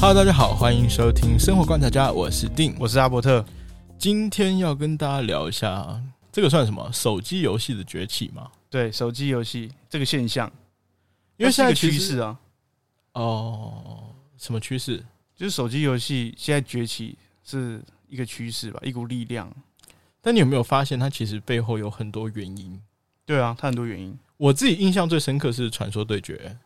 Hello，大家好，欢迎收听生活观察家，我是定。我是阿伯特。今天要跟大家聊一下，这个算什么？手机游戏的崛起吗？对，手机游戏这个现象，因为现在它是一个其趋实势啊，哦，什么趋势？就是手机游戏现在崛起是一个趋势吧，一股力量。但你有没有发现，它其实背后有很多原因？对啊，它很多原因。我自己印象最深刻是《传说对决》，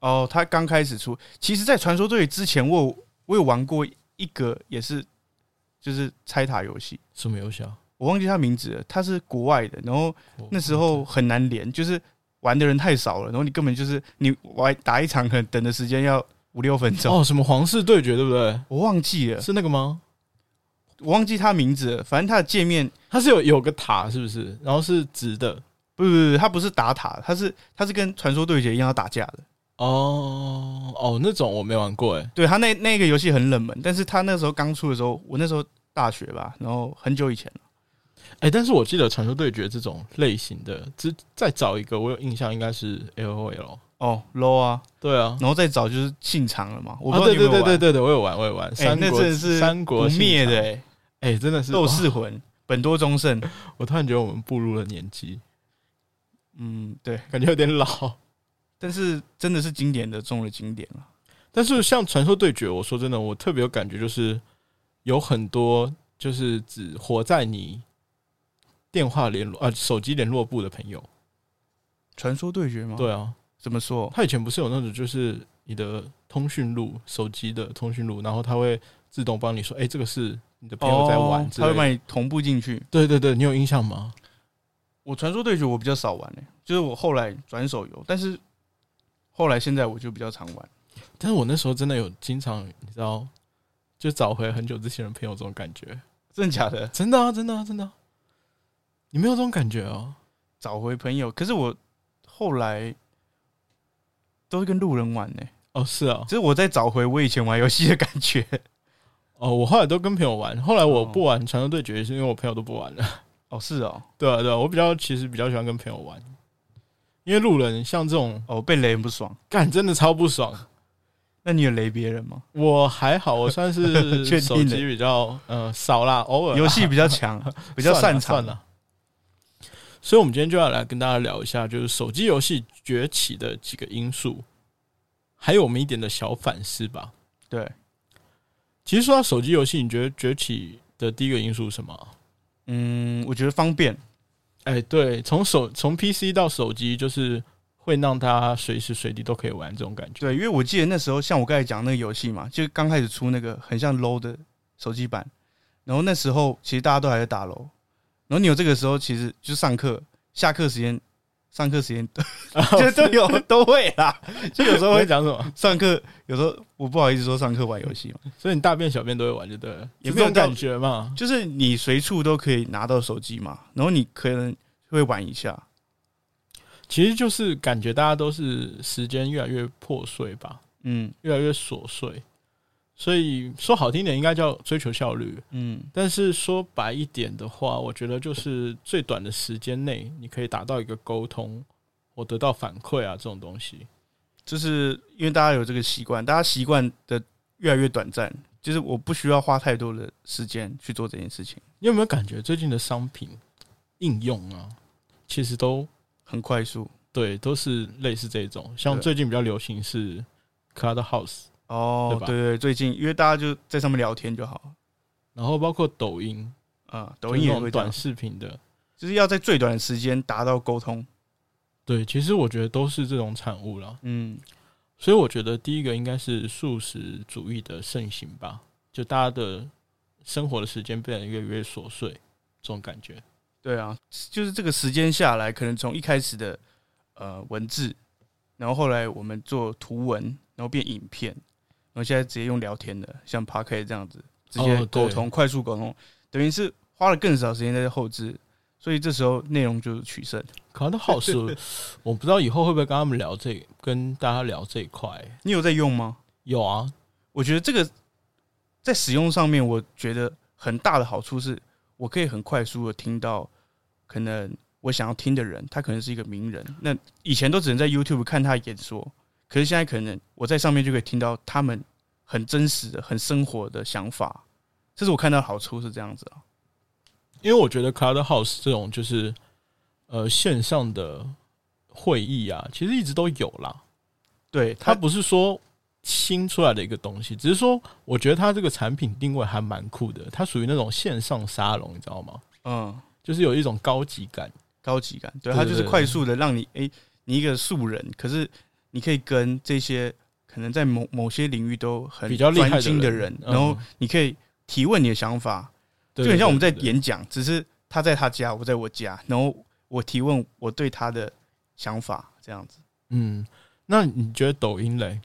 哦，它刚开始出，其实，在《传说对决》之前，我有我有玩过一个，也是就是拆塔游戏，什么游戏啊？我忘记它名字了，它是国外的，然后我那时候很难连，就是玩的人太少了，然后你根本就是你玩打一场，可能等的时间要五六分钟，哦，什么皇室对决，对不对？我忘记了，是那个吗？我忘记它名字了，反正它的界面它是有有个塔，是不是？然后是直的不不不，它不是打塔，它是它是跟传说对决一样要打架的。哦哦，那种我没玩过哎。对，它那那个游戏很冷门，但是它那时候刚出的时候，我那时候大学吧，然后很久以前了。哎、但是我记得《传说对决》这种类型的，之再找一个我有印象应该是 L O L。哦，low 啊，对啊，然后再找就是信长了嘛，我不啊知道对你有对没对对对有玩。对，我有玩，我哎有玩。三那国真的是三国不灭信的长，欸哎、真的是斗哇士魂，本多忠胜。我突然觉得我们步入了年纪，嗯，对，感觉有点老。但是真的是经典的中了经典了。但是像《传说对决》，我说真的，我特别有感觉，就是有很多就是只活在你电话联络啊、手机联络部的朋友。传说对哦决吗？，对啊，怎么说？他以前不是有那种就是你的通讯录，手机的通讯录，然后他会自动帮你说，哎、这个是你的朋友在玩哦之他类会的。把你同步进去。对对对，你有印象吗？我传说对决我比较少玩呢、欸就是我后来转手游，但是后来现在我就比较常玩。但是我那时候真的有经常，你知道，就找回很久之前的朋友这种感觉。真的假的？真的啊，真的啊，真的啊、你没有这种感觉哦？找回朋友，可是我后来都是跟路人玩呢、哦，是啊只，是我在找回我以前玩游戏的感觉。哦，我后来都跟朋友玩，后来我哦不玩《传说对决》，是因为我朋友都不玩了。 哦，是哦，对啊，对啊，我比较其实比较喜欢跟朋友玩，因为路人像这种哦，被雷很不爽。干真的超不爽。那你有雷别人吗？我还好，我算确定 是了手机比较呃少啦，偶尔啦游戏比较 强，比较擅长。算了。算了所以，我们今天就要来跟大家聊一下，就是手机游戏崛起的几个因素，还有我们一点的小反思吧。对，其实说到手机游戏，你觉得崛起的第一个因素是什么？啊嗯，我觉得方便。哎、对，从手从 PC 到手机，就是会让大家随时随地都可以玩这种感觉。对，因为我记得那时候像我刚才讲那个游戏嘛，就刚开始出那个很像 low 的手机版，然后那时候其实大家都还在打 low，然后你有这个时候其实就上课、下课时间、上课时间 就都有都会啦，就有时候我会会讲什么？上课，有时候我不好意思说上课玩游戏嘛， 所以你大便小便都会玩，就对了，也是这没有种到感觉嘛。就是你随处都可以拿到手机嘛，然后你可能会玩一下，其实就是感觉大家都是时间越来越破碎吧，嗯越来越琐碎，所以说好听点应该叫追求效率，嗯，但是说白一点的话，我觉得就是最短的时间内你可以达到一个沟通，我得到反馈啊这种东西。就是因为大家有这个习惯，大家习惯的越来越短暂，就是我不需要花太多的时间去做这件事情，你有没有感觉最近的商品应用啊，其实都很快速。对，都是类似这种，像对最近比较流行是 Clubhouse，哦对，吧对对，最近因为大家就在上面聊天就好然后包括抖音，啊，抖音也就是那会种这样短，视频的，就是要在最短的时间达到沟通。对，其实我觉得都是这种产物啦。嗯，所以我觉得第一个应该是素食主义的盛行吧，就大家的生活的时间变得越来越琐碎，这种感觉。对啊，就是这个时间下来，可能从一开始的呃文字，然后后来我们做图文，然后变影片，然后现在直接用聊天的，像 p a r k e 这样子直接哦对沟通，快速沟通，等于是花了更少时间在后置，所以这时候内容就是取胜。可能好事，我不知道以后会不会跟他们聊这，跟大家聊这一块。你有在用吗？有啊，我觉得这个在使用上面，我觉得很大的好处是，我可以很快速的听到可能我想要听的人，他可能是一个名人。那以前都只能在 YouTube 看他演说，可是现在可能我在上面就可以听到他们很真实的、很生活的想法。这是我看到的好处是这样子啊。因为我觉得 Cloud House 这种就是呃线上的会议啊，其实一直都有啦。对，它它不是说新出来的一个东西，只是说我觉得它这个产品定位还蛮酷的，它属于那种线上沙龙，你知道吗？嗯，就是有一种高级感。高级感，对，对它就是对快速的让你，诶，你一个素人，可是你可以跟这些可能在某某些领域都很比较厉害的专精的人人，嗯然后你可以提问你的想法，对就很像我们在对对演讲，只是他在他家，我在我家，然后我提问我对他的想法这样子。嗯，那你觉得抖音嘞？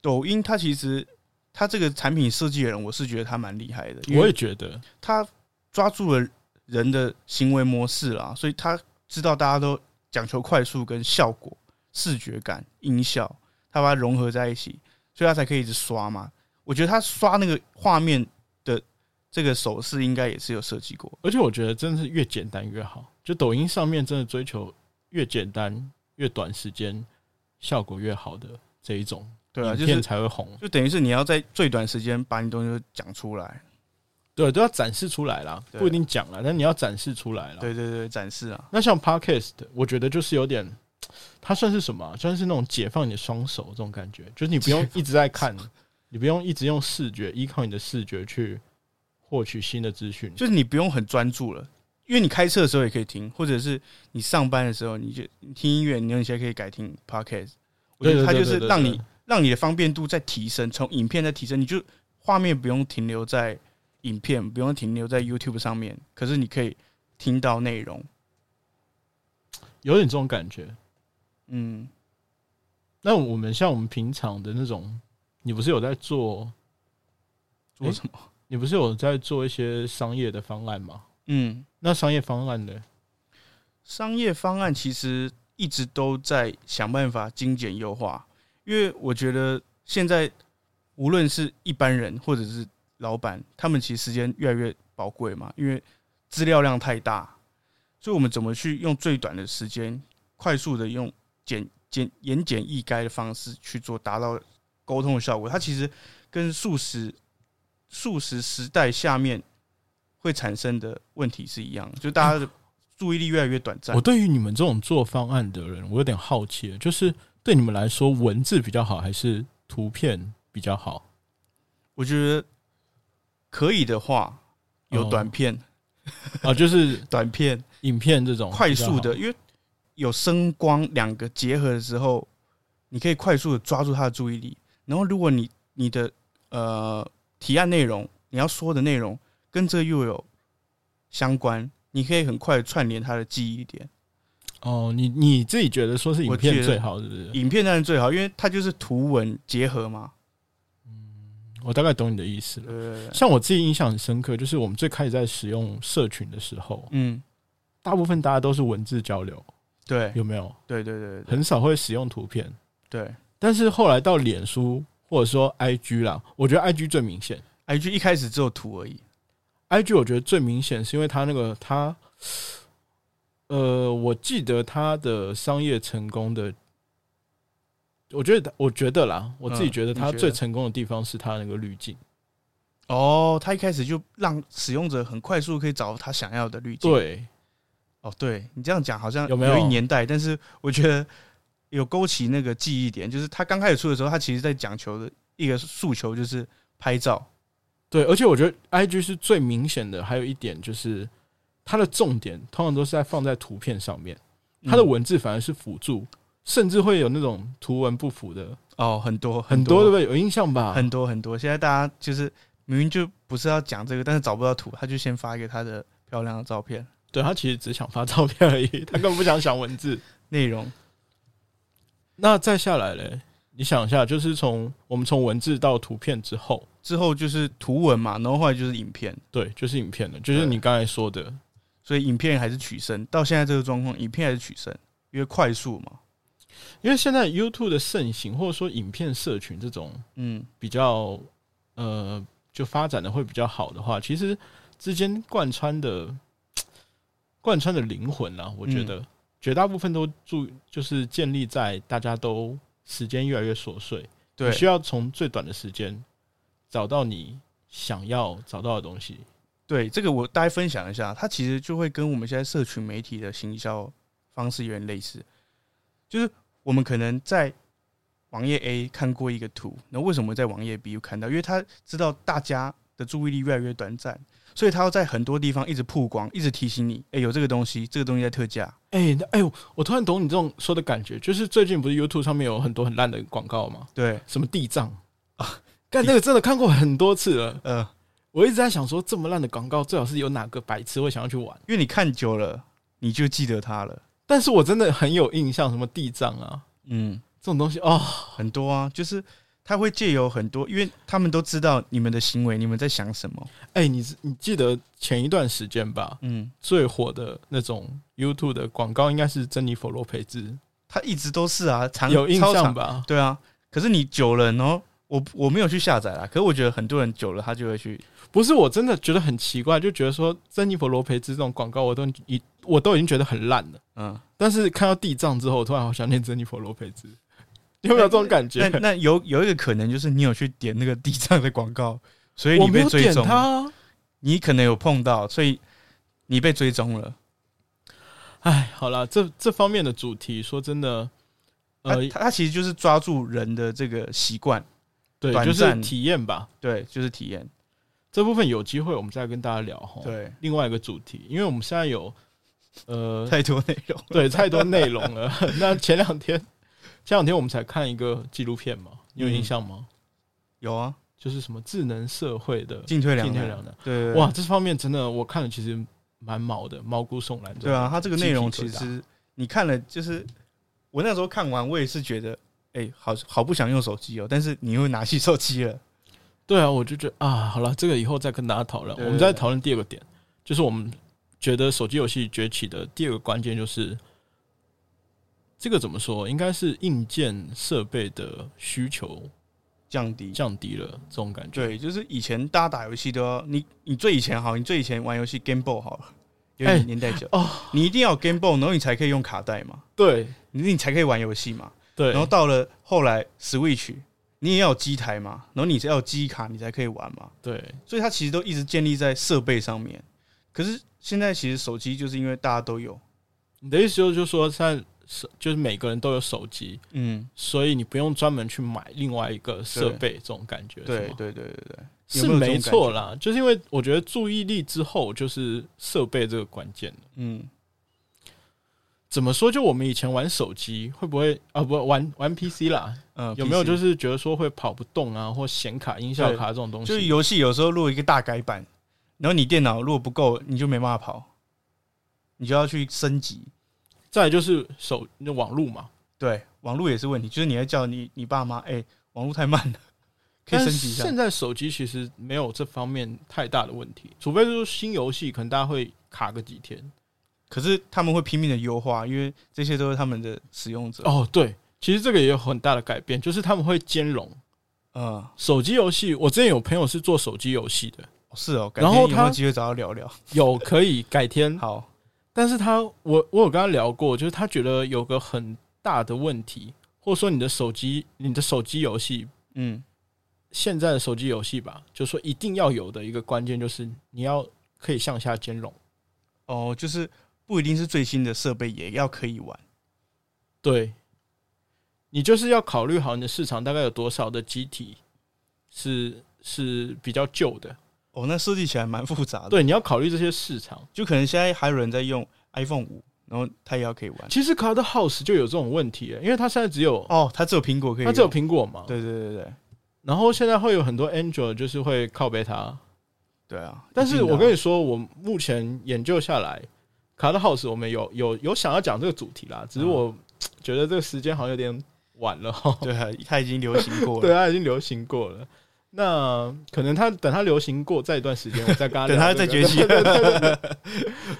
抖音它其实它这个产品设计的人，我是觉得他蛮厉害的，因我为也觉得，他抓住了人的行为模式啦，所以他知道大家都讲求快速跟效果、视觉感、音效，他把它融合在一起，所以他才可以一直刷嘛。我觉得他刷那个画面的这个手势，应该也是有设计过。而且我觉得真的是越简单越好。就抖音上面真的追求越简单、越短时间效果越好的这一种，对啊，影就是片才会红。就等于是你要在最短时间把你东西都讲出来，对，都要展示出来啦，对不一定讲啦，但你要展示出来啦。对对对，展示啊，那像 podcast，我觉得就是有点，它算是什么啊、算是那种解放你的双手这种感觉，就是你不用一直在看，你不用一直用视觉依靠你的视觉去获取新的资讯。就是你不用很专注了，因为你开车的时候也可以听，或者是你上班的时候你就你听音乐，你有些可以改听 podcast。我觉对得对它对就是对对让对你让你的方便度在提升，从影片在提升，你就画面不用停留在影片，不用停留在 YouTube 上面，可是你可以听到内容。有点这种感觉。嗯，那我们像我们平常的那种，你不是有在做，做什么？你不是有在做一些商业的方案吗？嗯，那商业方案呢？商业方案其实一直都在想办法精简优化，因为我觉得现在无论是一般人或者是老板，他们其实时间越来越宝贵嘛，因为资料量太大，所以我们怎么去用最短的时间，快速的用简简言简意赅的方式去做，达到沟通的效果？它其实跟素食素食时代下面会产生的问题是一样的，就大家的注意力越来越短暂我。对于你们这种做方案的人，我有点好奇，就是对你们来说，文字比较好还是图片比较好？我觉得可以的话，有哦短片、 啊，就是短片影片这种快速哦比较的，好，因为有声光两个结合的时候，你可以快速的抓住他的注意力。然后，如果你你的呃提案内容，你要说的内容跟这又有相关，你可以很快地串联他的记忆点。哦，你你自己觉得说是影我觉片得最好，是不是？影片当然最好，因为它就是图文结合嘛。我大概懂你的意思对了。对对对，像我自己印象很深刻，就是我们最开始在使用社群的时候，嗯，大部分大家都是文字交流，对有没有？对对对对很少会使用图片。对。但是后来到脸书或者说 IG 啦，我觉得 IG 最明显。 IG 哎一开始只有图而已， IG 我觉得最明显是因为它那个它，呃，我记得它的商业成功的，我觉得我觉得啦，我自己嗯觉得你它觉得最成功的地方是它那个滤镜。哦，他一开始就让使用者很快速可以找到他想要的滤镜。，对，哦，对你这样讲好像有没有一年代？但是我觉得有勾起那个记忆点，就是他刚开始出的时候，他其实在讲求的一个诉求就是拍照。对，而且我觉得 IG 是最明显的，还有一点就是它的重点通常都是在放在图片上面，它的嗯文字反而是辅助，甚至会有那种图文不符的，哦，很多很多对多不对？有印象吧？很多很多。现在大家就是明明就不是要讲这个，但是找不到图，他就先发一个他的漂亮的照片对他其实只想发照片而已，他根本不想想文字。内容。那再下来嘞，你想一下，就是从我们从文字到图片之后，之后就是图文嘛，然后后来就是影片，对，就是影片了，就是对你刚才说的。所以影片还是取胜。到现在这个状况，影片还是取胜，因为快速嘛。因为现在 YouTube 的盛行，或者说影片社群这种嗯，比较呃，就发展的会比较好的话，其实之间贯穿的贯穿的灵魂啦，我觉得、绝大部分都注就是建立在大家都时间越来越琐碎，对你，需要从最短的时间找到你想要找到的东西。对，这个我大概分享一下，它其实就会跟我们现在社群媒体的行销方式有点类似，就是我们可能在网页 A 看过一个图，那为什么在网页 B 又看到？因为他知道大家的注意力越来越短暂，所以他要在很多地方一直曝光，一直提醒你，哎、有这个东西，这个东西在特价，哎、那哎呦，我突然懂你这种说的感觉，就是最近不是 YouTube 上面有很多很烂的广告吗？对，什么地藏啊，干那个真的看过很多次了。呃，我一直在想说，这么烂的广告，最好是有哪个白痴会想要去玩。因为你看久了，你就记得它了，但是我真的很有印象，什么地藏啊嗯，这种东西哦，很多啊，就是他会借由很多，因为他们都知道你们的行为，你们在想什么，哎、你你记得前一段时间吧，嗯。最火的那种 YouTube 的广告应该是珍妮佛洛佩兹，他一直都是啊，长有印超象长？吧？对啊，可是你久了，然后我我没有去下载啦，可是我觉得很多人久了，他就会去，不是，我真的觉得很奇怪，就觉得说珍妮佛罗培兹这种广告，我都已我都已经觉得很烂了。嗯，但是看到地藏之后，我突然好想念珍妮佛罗培兹，你有没有这种感觉哎那？那有有一个可能就是你有去点那个地藏的广 告，所以我你没被有追点踪，它啊，你可能有碰到，所以你被追踪了。哎，好啦，这这方面的主题，说真的，他呃，他他其实就是抓住人的这个习惯，对，短就是暂体验吧。对，就是体验，这部分有机会我们再跟大家聊哈。，对，另外一个主题，因为我们现在有呃，太多内容，对，太多内容了。 那前两天，前两天我们才看一个纪录片嘛，你有印象吗？嗯有啊，就是什么智能社会的进退两进退难两难。对对对哇，这方面真的我看了其实蛮毛的，毛骨悚然的。对啊，他这个内容其鸡皮疙瘩实你看了，就是我那时候看完，我也是觉得，哎、好好不想用手机哦、但是你又拿起手机了，对啊，我就觉得啊，好了，这个以后再跟大家讨论。对我们再讨论第二个点，就是我们觉得手机游戏崛起的第二个关键就是。这个怎么说？应该是硬件设备的需求降低。降低了，这种感觉。对，就是以前大家打游戏都要你，你最以前好，你最以前玩游戏 Game Boy 好了，有哎点年代久、哦你一定要有 Game Boy，然后你才可以用卡带嘛，对你你才可以玩游戏嘛。对，然后到了后来 Switch，你也要有机台嘛，然后你要有机卡，你才可以玩嘛。对所以它其实都一直建立在设备上面。可是现在其实手机就是因为大家都有，你的意思就是说，现在手就是每个人都有手机，嗯，所以你不用专门去买另外一个设备，这种感觉对是吗对对对对，是有没有这种没错啦。就是因为我觉得注意力之后就是设备这个关键了嗯，怎么说？就我们以前玩手机，会不会啊？不玩玩 PC 啦，呃，有没有 PC 就是觉得说会跑不动啊，或显卡、音效卡这种东就是西？游戏有时候如果一个大改版，然后你电脑如果不够，你就没办法跑，你就要去升级。再来就是手那网路嘛，对，网络也是问题，就是你要叫你你爸妈，哎、网络太慢 了，可以升但级一是下现。在手机其实没有这方面太大的问题，除非就是新游戏可能大家会卡个几天。可是他们会拼命的优化，因为这些都是他们的使用者。哦，对，其实这个也有很大的改变，就是他们会兼容嗯、手机游戏。我之前有朋友是做手机游戏的，是哦，改然后天有没他有机会找他聊聊？有可以改天，好，但是他我我有跟他聊过，就是他觉得有个很大的问题，或者说你的手机你的手机游戏嗯，现在的手机游戏吧，就是说一定要有的一个关键就是你要可以向下兼容。哦，就是不一定是最新的设备也要可以玩。对，你就是要考虑好你的市场大概有多少的机体是是比较旧的，哦，那设计起来蛮复杂的。对，你要考虑这些市场。就可能现在还有人在用 iPhone 五，然后他也要可以玩。其实 Cloud House 就有这种问题了，因为它现在只有哦，他只有苹果可以它用，只有苹果嘛，对对对对对然后现在会有很多 Android 就是会靠背它，对啊！但是我跟跟你说，我目前研究下来，Cloud House 我们有有有想要讲这个主题啦，嗯只是我觉得这个时间好像有点晚 了哈。对啊，他已经流行过 了。对，啊它已经流行过了。那可能它等它流行过再一段时间，我再跟他 等他聊再这崛啊 个起，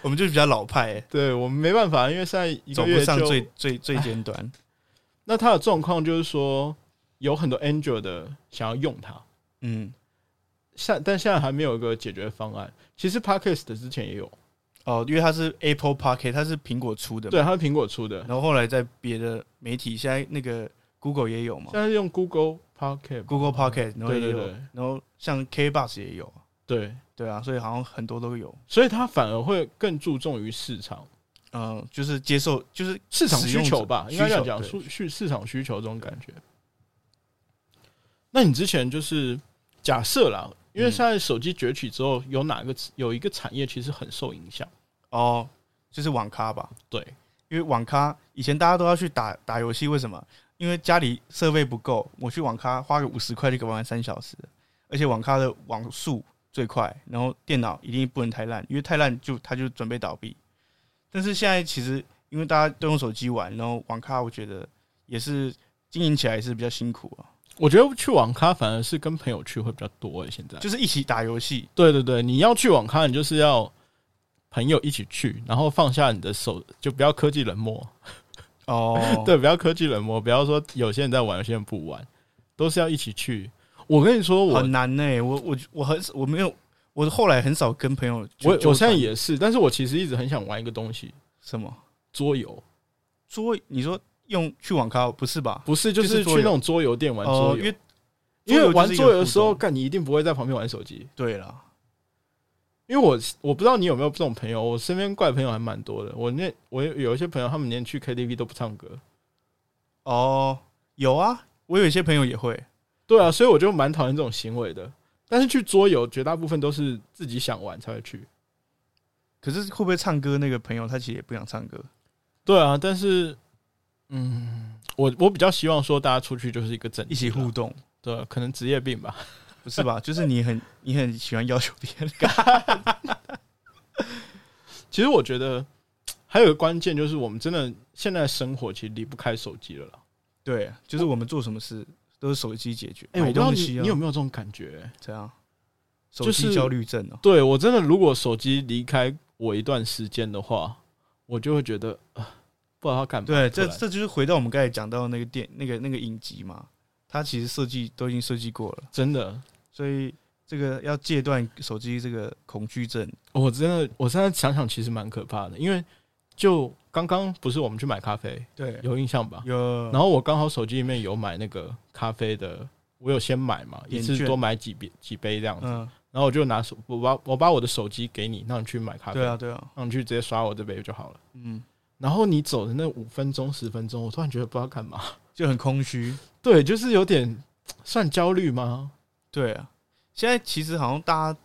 我们就比较老派、欸，对我们没办法，因为现在一走个不月上就最最最尖端。 那它的状况就是说，有很多 Android 的想要用它，嗯，现但现在还没有一个解决方案。其实 Podcast 之前也有，哦，因为它是 Apple Pocket，它是苹果出的嘛，对，啊它是苹果出的，然后后来在别的媒体，现在那个 Google 也有嘛现，在是用 Google Pocket Google Pocket，然后对也对有，对然后像 K Bus 也有，对，对啊，所以好像很多都有，所以它反而会更注重于市场嗯、就是接受，就是市场使需用者求吧，应该这样讲，需求需需市场需求这种感觉。那你之前就是假设啦，因为嗯现在手机崛起之后，有哪个有一个产业其实很受影响？哦，就是网咖吧，对，因为网咖以前大家都要去打打游戏，为什么？因为家里设备不够，我去网咖花个五十块就可以玩三小时，而且网咖的网速最快，然后电脑一定不能太烂，因为太烂就它就准备倒闭。但是现在其实因为大家都用手机玩，然后网咖我觉得也是经营起来也是比较辛苦啊，我觉得去网咖反而是跟朋友去会比较多诶、欸现在就是一起打游戏，对对对，你要去网咖，你就是要朋友一起去，然后放下你的手，就不要科技冷漠。哦对，不要科技冷漠，不要说有些人在玩，有些人不玩，都是要一起去。我跟你说，我很难呢、欸我我我很我没有，我后来很少跟朋友去我纠我现在团也是，但是我其实一直很想玩一个东西，什么桌游，桌，你说用去网咖不是吧？不是就就是是去桌游那种桌游店玩哦，桌因游为，因为玩桌游的就是一个互动时候，干你一定不会在旁边玩手机，对了，因为我我不知道你有没有这种朋友，我身边怪朋友还蛮多的。我那我有有一些朋友，他们连去 KTV 都不唱歌，哦，有啊，我有一些朋友也会，对啊，所以我就蛮讨厌这种行为的。但是去桌游，绝大部分都是自己想玩才会去。可是会不会唱歌那个朋友他其实也不想唱歌，对啊，但是，嗯，我我比较希望说大家出去就是一个整体一起啦互 动，对，啊可能职业病吧。不是吧？就是你很你很喜欢要求别 人，其实我觉得还有一个关键就是，我们真的现在的生活其实离不开手机了啦。对，就是我们做什么事都是手机解决，啊哎我买不知道东你西啊你有没有这种感觉、怎样？手就是机焦虑症哦，对我真的，如果手机离开我一段时间的话，我就会觉得啊不知道要干嘛。对，这突然这就是回到我们刚才讲到那个电那个那个影集嘛，它其实设计都已经设计过了，真的，所以这个要戒断手机这个恐惧症，我真的，我现在想想其实蛮可怕的，因为就刚刚不是我们去买咖啡，对，有印象吧？有然后我刚好手机里面有买那个咖啡的，我有先买嘛，一点次券多买几杯几杯这样子。嗯，然后我就拿手，我把我把我的手机给你，让你去买咖啡，对啊，对啊，让你去直接刷我这杯就好了。嗯，然后你走的那五分钟十分钟，我突然觉得不知道干嘛，就很空虚。对，就是有点算焦虑吗？对啊，现在其实好像大家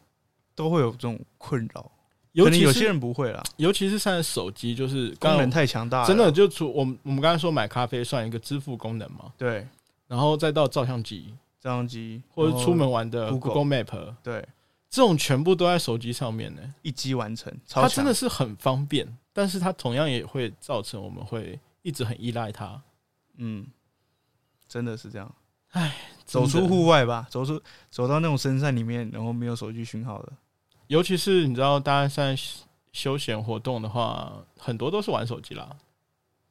都会有这种困扰，尤可能其有是些人不会啦，尤其是现在手机就是功刚能刚太强大了，真的就除我们我们刚才说买咖啡算一个支付功能嘛，对。然后再到照相机照相机或者然后出门玩的哦 Google Google Map，对这种全部都在手机上面呢、一机完成，超它强真的是很方便，但是它同样也会造成我们会一直很依赖它。嗯，真的是这样。真走的出户外吧，走出走到那种深山里面，然后没有手机讯号的，尤其是你知道，大家现在休休闲活动的话，很多都是玩手机啦。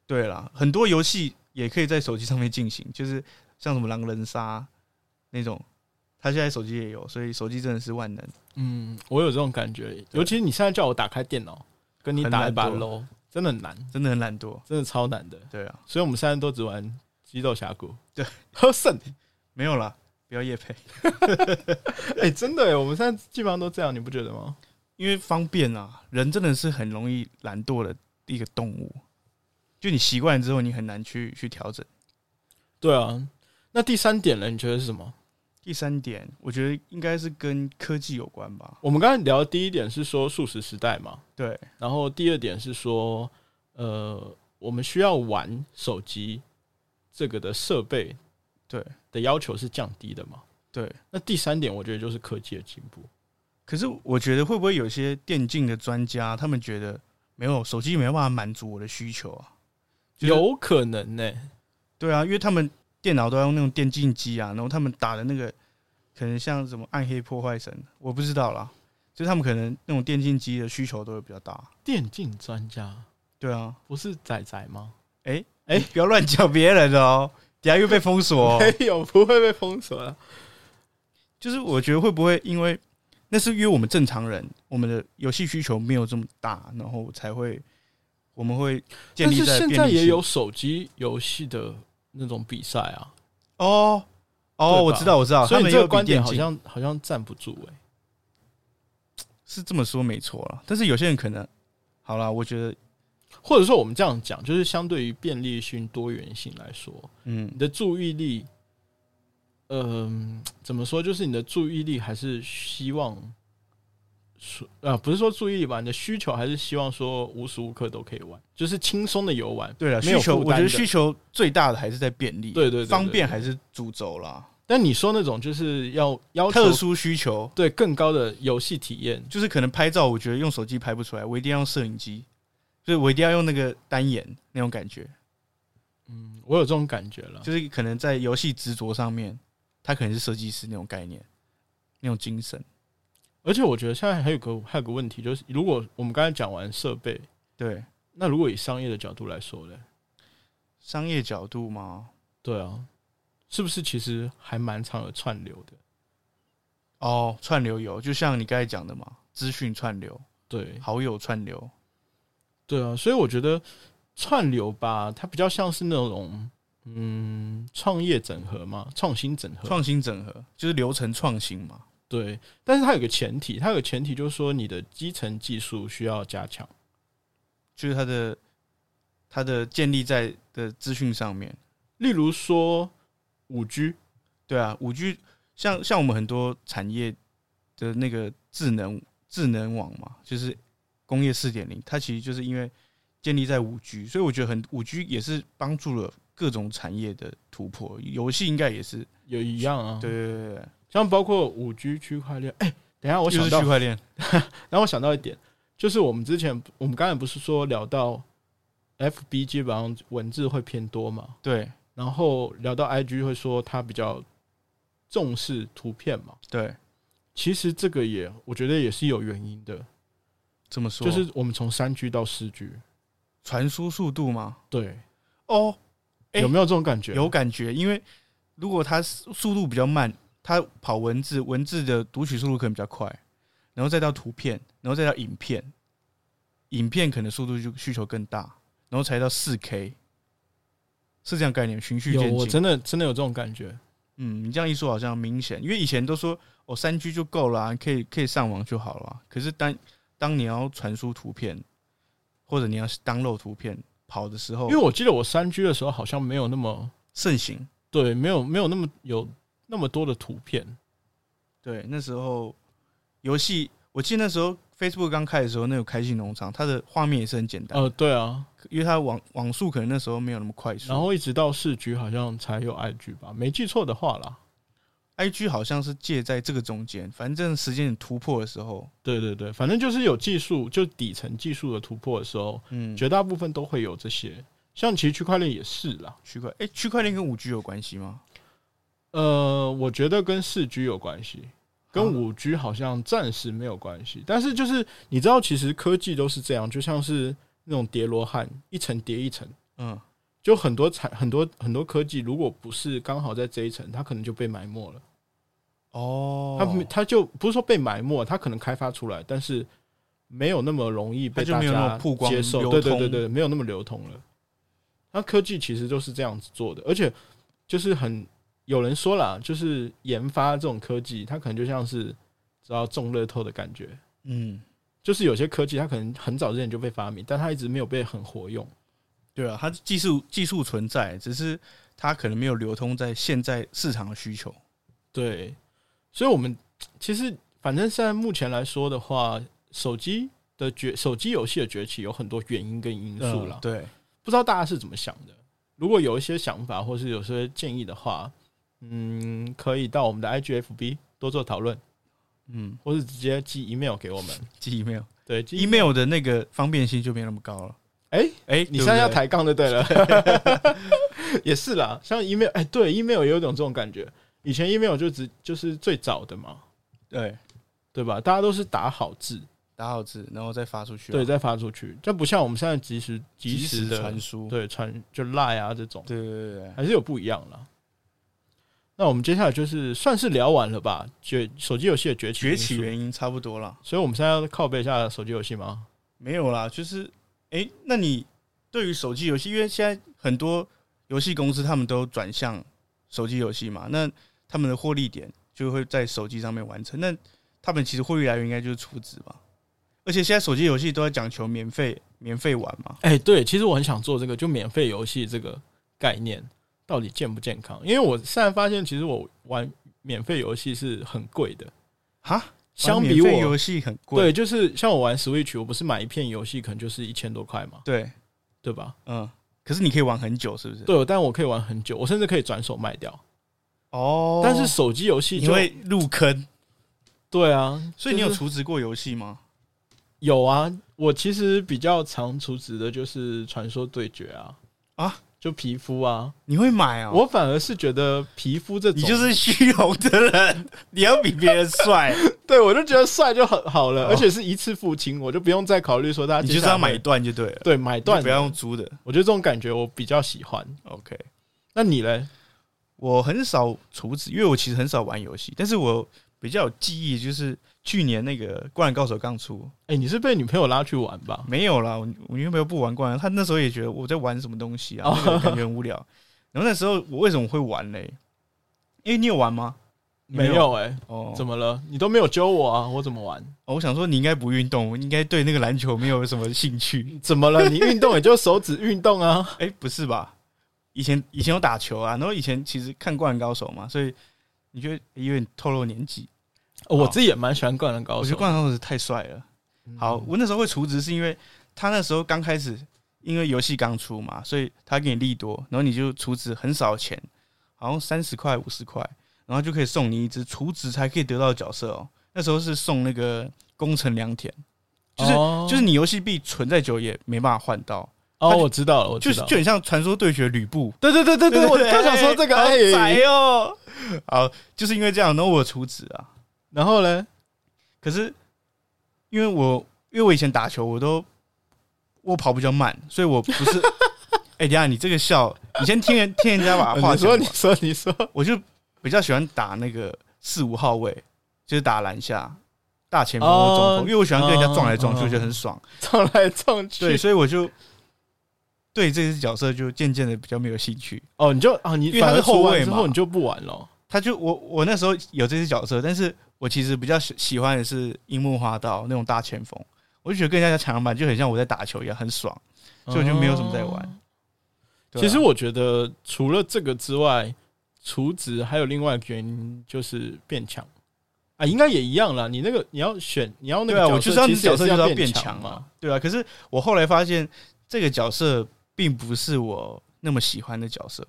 对啦，很多游戏也可以在手机上面进行，就是像什么狼人杀那种，它现在手机也有，所以手机真的是万能。嗯，我有这种感觉，尤其你现在叫我打开电脑，跟你很打懒一把惰 LO，真的很难，真的很懒惰。真的超难的。对啊，所以我们现在都只玩肌肉峡谷，对，喝剩。没有啦，不要夜配， 哎、真的耶，我们现在基本上都这样，你不觉得吗？因为方便啊，人真的是很容易懒惰的一个动物。就你习惯之后，你很难去去调整。对啊。那第三点呢？你觉得是什么？第三点，我觉得应该是跟科技有关吧。我们刚才聊的第一点是说素食时代嘛，对，然后第二点是说，呃，我们需要玩手机这个的设备，对的要求是降低的嘛？对。那第三点，我觉得就是科技的进步。可是我觉得会不会有些电竞的专家，他们觉得没有手机没办法满足我的需求啊？就是有可能呢、对啊，因为他们电脑都要用那种电竞机啊，然后他们打的那个可能像什么暗黑破坏神，我不知道啦，就是他们可能那种电竞机的需求都会比较大。电竞专家对啊，不是仔仔吗？哎、不要乱讲别人的哦，等下又被 封锁、哦。没有，哎不会被封锁了。就是我觉得会不会因为那是因为我们正常人，我们的游戏需求没有这么大，然后才会我们会建但立是在现便在利也性有手机游戏的那种比赛啊，哦对吧哦，我知道，我知道，所以他你们这也个有观笔点电好竞像好像站不住哎、是这么说没错了，但是有些人可能，好啦，我觉得，或者说我们这样讲，就是相对于便利性、多元性来说，嗯你，的注意力，嗯、怎么说？就是你的注意力还是希望说，啊，不是说注意力吧，你的需求还是希望说无时无刻都可以玩，就是轻松的游玩。对了，啊没有需求，负我担觉的得需求最大的还是在便利，对对对对方便还是主轴啦。但你说那种就是要要求特殊需求对更高的游戏体验，就是可能拍照，我觉得用手机拍不出来，我一定要用摄影机，就是我一定要用那个单眼那种感觉，嗯，我有这种感觉了。就是可能在游戏执着上面，他可能是设计师那种概念，那种精神。而且我觉得现在还有个还有个问题，就是如果我们刚才讲完设备，对，那如果以商业的角度来说呢？商业角度嘛，对啊，是不是其实还蛮常有串流的？哦，串流有，就像你刚才讲的嘛，资讯串流、对，好友串流，对啊，所以我觉得串流吧，它比较像是那种嗯创业整合嘛，创新整合。创新整合，就是流程创新嘛。对，但是它有个前提，它有个前提就是说你的基层技术需要加强。就是它的它的建立在的资讯上面。例如说五 G，对啊，五 G 像像我们很多产业的那个智能智能网嘛，就是工业四点零，它其实就是因为建立在五 G，所以我觉得很五 G 也是帮助了各种产业的突破，游戏应该也是。有一样啊，对，对对对像包括五 G 区块链。哎、等一下我就想是到区，块链，然后我想到一点，就是我们之前我们刚才不是说聊到 FB 基本上文字会偏多嘛，对然后聊到 IG 会说他比较重视图片嘛，对，其实这个也我觉得也是有原因的，这么说就是我们从三 G 到四 G，传输速度嘛。对，哦，哎有没有这种感觉？有感觉，因为如果它速速度比较慢，它跑文字，文字的读取速度可能比较快，然后再到图片，然后再到影片，影片可能速度就需求更大，然后才到四 K，是这样概念，循序有，渐我进。真的真的有这种感觉。嗯，你这样一说好像明显，因为以前都说哦三 G 就够了、啊，可以可以上网就好了啊、可是当当你要传输图片，或者你要 download 图片跑的时候因为，我记得我三 G 的时候好像没有那么盛行。对，没有没有那么有那么多的图片，对，那时候游戏，我记得那时候 Facebook 刚开的时候，那有开心农场，它的画面也是很简单，呃，对啊，因为它网网速可能那时候没有那么快速。然后一直到四 G 好像才有 IG 吧，没记错的话啦， IG 好像是介在这个中间，反正时间突破的时候，对对对，反正就是有技术，就底层技术的突破的时候，嗯，绝大部分都会有这些。像其实区块链也是啦，区块，哎、区块链跟五 G 有关系吗？呃，我觉得跟四 G 有关系，跟啊五 G 好像暂时没有关系。但是就是你知道，其实科技都是这样，就像是那种叠罗汉，一层叠一层。嗯，就很多产很多很多科技，如果不是刚好在这一层，它可能就被埋没了。哦，它没它就不是说被埋没，它可能开发出来，但是没有那么容易被它就大没有那家么曝光接受。流对对通对对，没有那么流通了。那科技其实就是这样子做的，而且就是很有人说啦，就是研发这种科技，它可能就像是知道中乐透的感觉，嗯，就是有些科技它可能很早之前就被发明，但它一直没有被很活用。对啊，它技术技术存在，只是它可能没有流通在现在市场的需求。对，所以我们其实反正现在目前来说的话，手机的崛手机游戏的崛起有很多原因跟因素啦。嗯对，不知道大家是怎么想的？如果有一些想法或是有些建议的话，嗯，可以到我们的 IGFB 多做讨论，嗯，或是直接寄 email 给我们。寄 email。对寄 email 的那个方便性就没那么高了。哎哎、你对不现在要对抬杠就对了， 也是啦。像 email，哎、对，email 也有一种这种感觉。以前 email 就只就是最早的嘛，对对吧？大家都是打好字，打好字，然后再发出去啊、对，再发出去，这不像我们现在及时及及时时的传输。对传就赖啊这种，对对对对对还是有不一样了。那我们接下来就是算是聊完了吧？崛手机游戏的崛起崛起因素原因差不多啦，所以我们现在要靠背一下手机游戏吗？没有啦，就是哎、那你对于手机游戏，因为现在很多游戏公司他们都转向手机游戏嘛，那他们的获利点就会在手机上面完成。那他们其实获利来源应该就是出资吧？而且现在手机游戏都在讲求免费免费玩嘛，哎、对，其实我很想做这个，就免费游戏这个概念到底健不健康？因为我现在发现，其实我玩免费游戏是很贵的，哈，相玩比免费我游戏很贵，对，就是像我玩 Switch，我不是买一片游戏可能就是一千多块嘛，对，对吧？嗯，可是你可以玩很久，是不是？对，但我可以玩很久，我甚至可以转手卖掉。哦，但是手机游戏你就会入坑，对啊，所以你有就是储值过游戏吗？有啊？我其实比较常出职的就是《传说对决》啊啊，就皮肤啊，你会买啊、我反而是觉得皮肤这种，你就是虚荣的人， 你要比别人 帅，对我就觉得帅就很好了，哦而且是一次付清，我就不用再考虑说大家你就是要买断就对了，对买断的，你不要用租的。我觉得这种感觉我比较喜欢。 OK，那你嘞？我很少储值，因为我其实很少玩游戏，但是我比较有记忆，就是去年那个《灌篮高手》刚出，哎、你是被女朋友拉去玩吧？没有啦，我我女朋友不玩灌篮，她那时候也觉得我在玩什么东西啊哦，那个感觉很无聊。然后那时候我为什么会玩嘞？因为你有玩吗？没有哎、哦，怎么了？你都没有揪我啊，我怎么玩？哦我想说你应该不运动，我应该对那个篮球没有什么兴趣。怎么了？你运动也就手指运动啊。哎、不是吧？以前以前有打球啊，然后以前其实看《灌篮高手》嘛，所以你觉得有点透露年纪。哦我自己也蛮喜欢灌篮高手，嗯我觉得《灌篮高手》太帅了。好，我那时候会除职，是因为他那时候刚开始，因为游戏刚出嘛，所以他给你利多，然后你就除职很少钱，好像三十块、五十块，然后就可以送你一只除职才可以得到的角色哦。那时候是送那个宫城良田，就是、哦就是你游戏币存再久也没办法换到，哦，他就我知道了，我就知是道。就很像传说对决吕布。对对对对对，我刚想说这个，哎，哎、宅哦。好，就是因为这样，然后我有除职啊。然后嘞，可是因为我因为我以前打球，我都我跑比较慢，所以我不 是。哎、等一下你这个笑，你先听人听人家把 话你讲说你完。说你说，我就比较喜欢打那个四五号位，就是打篮下、大前锋或中锋，哦因为我喜欢跟人家撞来撞去，哦我觉得很爽。撞来撞去，对，所以我就对这只角色就渐渐的比较没有兴趣。哦，你就哦，你因为反他而是后出完卫之嘛后你就不玩了。他就我我那时候有这些角色，但是我其实比较喜喜欢的是樱木花道那种大前锋，我就觉得跟人家抢篮板就很像我在打球一样，很爽。所以我就没有什么在玩哦对啊其实我觉得除了这个之外，除职还有另外一个原因就是变强啊，应该也一样啦。你那个你要选，你要那对个啊，角色，我就是要其你实角也色是就是要变强强嘛，，对啊。可是我后来发现这个角色并不是我那么喜欢的角色，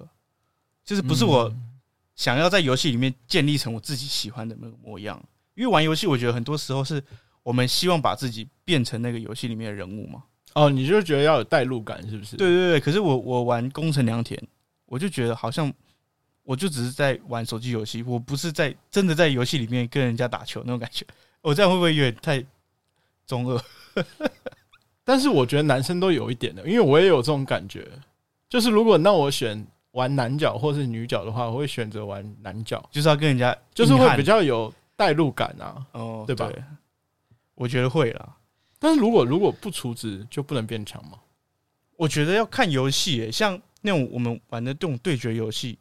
就是不是我嗯想要在游戏里面建立成我自己喜欢的那个模样。因为玩游戏，我觉得很多时候是我们希望把自己变成那个游戏里面的人物嘛。哦，你就觉得要有代入感，是不是？对对对，可是我我玩工程良田，我就觉得好像我就只是在玩手机游戏，我不是在真的在游戏里面跟人家打球那种感觉。我这样会不会有点太中二？但是我觉得男生都有一点的，因为我也有这种感觉，就是如果让我选玩男角或是女角的话，我会选择玩男角，就是要跟人家就是硬会汉比较有代入感啊。哦，对吧我觉得会啦。但是如果如果不除职，就不能变强嘛？我觉得要看游戏耶，像那种我们玩的这种对决游戏，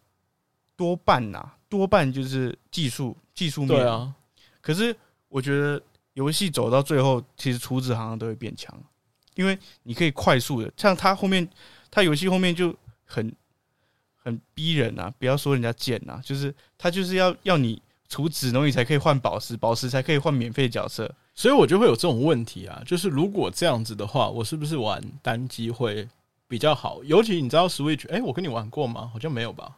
多半呐、多半就是技术技术面。对，啊，可是我觉得游戏走到最后，其实厨子好像都会变强，因为你可以快速的，像他后面，他游戏后面就很很逼人啊！不要说人家贱啊，就是他就是要要你除子，然后你才可以换宝石，宝石才可以换免费角色。所以我就会有这种问题啊，就是如果这样子的话，我是不是玩单机会比较好？尤其你知道 Switch，哎、我跟你玩过吗？好像没有吧。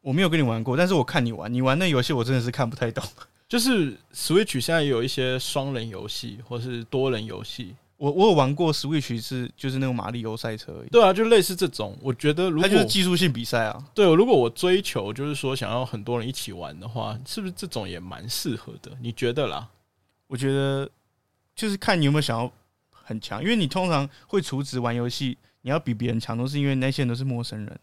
我没有跟你玩过，但是我看你玩，你玩那游戏我真的是看不太懂。就是 Switch 现在有一些双人游戏或是多人游戏，我我有玩过 Switch 是就是那种马里欧赛车而已，对啊，就类似这种。我觉得如它果就是技术性比赛啊。对，如果我追求就是说想要很多人一起玩的话，是不是这种也蛮适合的？你觉得啦？我觉得就是看你有没有想要很强，因为你通常会除职玩游戏，你要比别人强，都是因为那些人都是陌生人。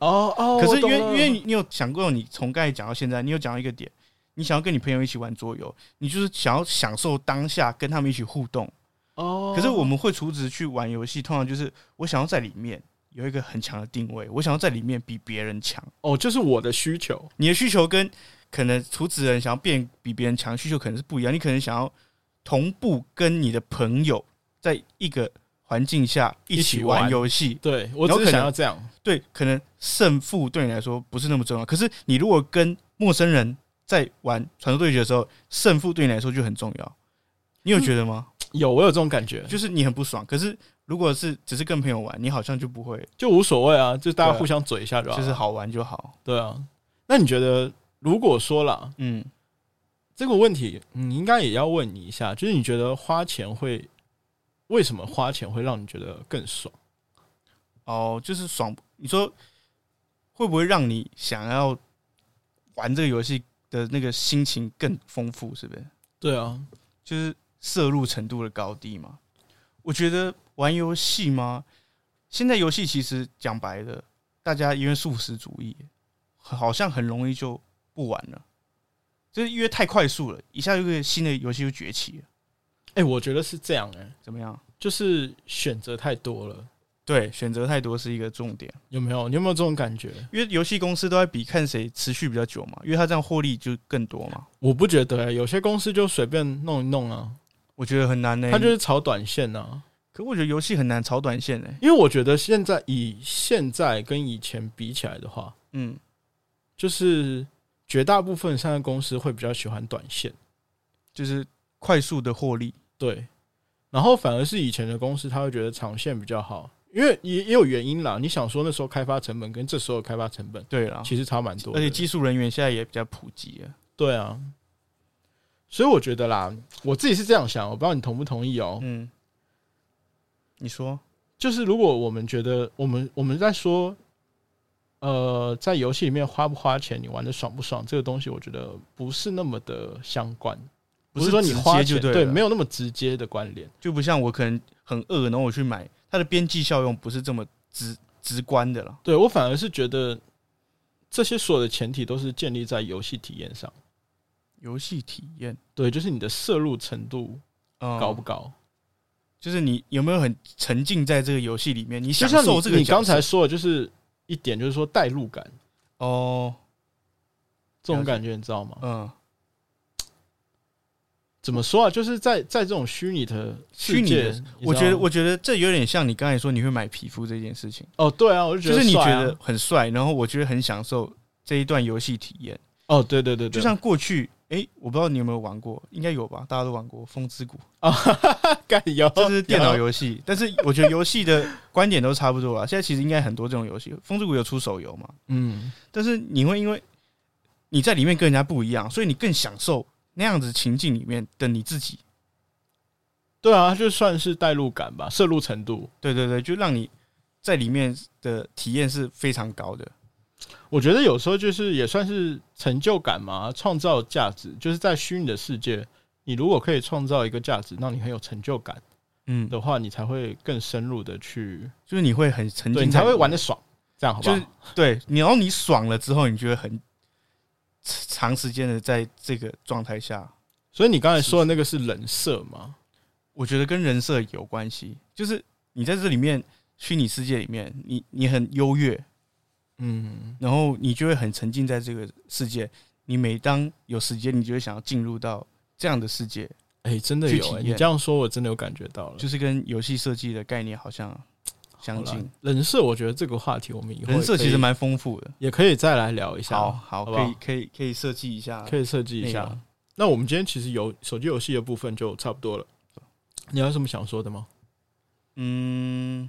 哦哦可是因为因为你有想过，你从刚才讲到现在，你有讲到一个点，你想要跟你朋友一起玩桌游，你就是想要享受当下跟他们一起互动。哦，可是我们会除职去玩游戏，通常就是我想要在里面有一个很强的定位，我想要在里面比别人强。哦，就是我的需求你的需求跟可能处子人想要变比别人强，需求可能是不一样。你可能想要同步跟你的朋友在一个环境下一一起起玩玩游戏，对我然只是后可想能要这样，对，可能胜负对你来说不是那么重要。可是你如果跟陌生人在玩传说对决的时候，胜负对你来说就很重要。你有觉得吗？有我有这种感觉，就就是你很不爽，可是如果是只是跟朋友玩，你好像就不会，就无所谓啊，就大对家啊互相嘴一下就好就了。是好玩就好。对啊，那你觉得如果说啦，嗯，这个问题，你应该也要问你一下，就是你觉得花钱会为什么花钱会让你觉得更爽？哦，就是爽。你说会不会让你想要玩这个游戏的那个心情更丰富？是不是？对啊，就是摄入程度的高低嘛。我觉得玩游戏嘛，现在游戏其实讲白了，大家因为素食主义，好像很容易就不玩了，就是因为太快速了，一下就有一个新的游戏就崛起了，哎、我觉得是这样、哎，怎么样？就是选择太多了，对，选择太多是一个重点，有没有？你有没有这种感觉？因为游戏公司都在比看谁持续比较久嘛，因为它这样获利就更多嘛。我不觉得、哎，有些公司就随便弄一弄啊，我觉得很难呢、他就是炒短线啊。可我觉得游戏很难炒短线呢、因为我觉得现在以现在跟以前比起来的话，嗯，就是绝大部分现在公司会比较喜欢短线，就是快速的获利，对。然后反而是以前的公司，他会觉得长线比较好，因为也也有原因啦。你想说那时候开发成本跟这时候的开发成本对啦，其实差蛮多啊而的，且技术人员现在也比较普及了。对啊。所以我觉得啦，我自己是这样想，我不知道你同不同意哦、嗯，你说，就是如果我们觉得我们我们在说，呃，在游戏里面花不花钱，你玩的爽不爽，这个东西我觉得不是那么的相关，不是说你直花接钱就对对了没有那么直接的关联。就不像我可能很饿，然后我去买，它的边际效用不是这么直直观的啦。对我反而是觉得这些所有的前提都是建立在游戏体验上，游戏体验，对，就是你的摄入程度嗯高不高，就是你有没有很沉浸在这个游戏里面，你就享像受这你个你刚角色才说的，就是一点就是说代入感哦，这了种解感觉，你知道吗？嗯，怎么说啊？就是在在这种虚拟的世虚拟界的，你知我觉得道吗我觉得这有点像你刚才说你会买皮肤这件事情，哦，对啊，我就觉就得、是你觉得很帅，然后我觉得很享受这一段游戏体验。哦，对对对对，就像过去，诶，我不知道你有没有玩过，应该有吧？大家都玩过《风之谷》，干 有，这是电脑游戏，啊但是我觉得游戏的观点都差不多啦。现在其实应该很多这种游戏，《风之谷》有出手游嘛？嗯，但是你会因为你在里面跟人家不一样，所以你更享受那样子情境里面的你自己。对啊，就算是代入感吧，摄入程度，对对对，就让你在里面的体验是非常高的。我觉得有时候就是也算是成就感嘛，创造价值，就是在虚拟的世界，你如果可以创造一个价值，让你很有成就感嗯，的话，你才会更深入的去，就是你会很沉浸对在，你才会玩的爽，这样好不好？就是对，你然后你爽了之后，你就会很长时间的在这个状态下，所以你刚才说的那个是人设嘛？我觉得跟人设有关系。就是你在这里面虚拟世界里面，你你很优越，嗯，然后你就会很沉浸在这个世界。你每当有时间，你就会想要进入到这样的世界，哎、真的去有、体哎验你这样说，我真的有感觉到了。就是跟游戏设计的概念好像相好啦近。人设，我觉得这个话题我们以后人设也可以其实蛮丰富的。也可以再来聊一下，好好好，不可好以可以可以啊设计一下，可以设计一下。那我们今天其实游手机游戏的部分就差不多了。你还有什么想说的吗？嗯，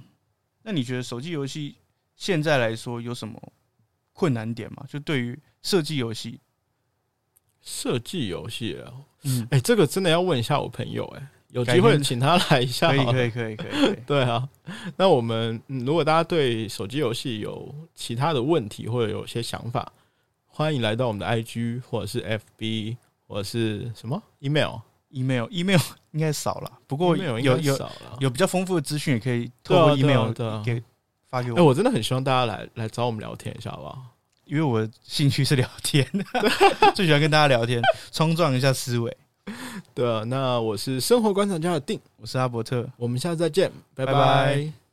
那你觉得手机游戏现在来说有什么困难点吗？就对于设计游戏，设计游戏啊，嗯，哎、这个真的要问一下我朋友、哎，有改机会天请他来一下可以好了。可以可以可以 ，可以对啊，那我们、嗯如果大家对手机游戏有其他的问题或者有些想法，欢迎来到我们的 IG 或者是 FB 或者是什么 email。 email email 应该少了，不过 email 有应有该有少了。比较丰富的资讯，也可以透对啊对过啊 email 对啊给发给哎、我，我真的很希望大家来来找我们聊天一下，好不好？因为我的兴趣是聊天， 最喜欢跟大家聊天，冲撞一下思维。对啊，那我是生活观察家的定，我是阿伯特，我们下次再见，拜拜拜拜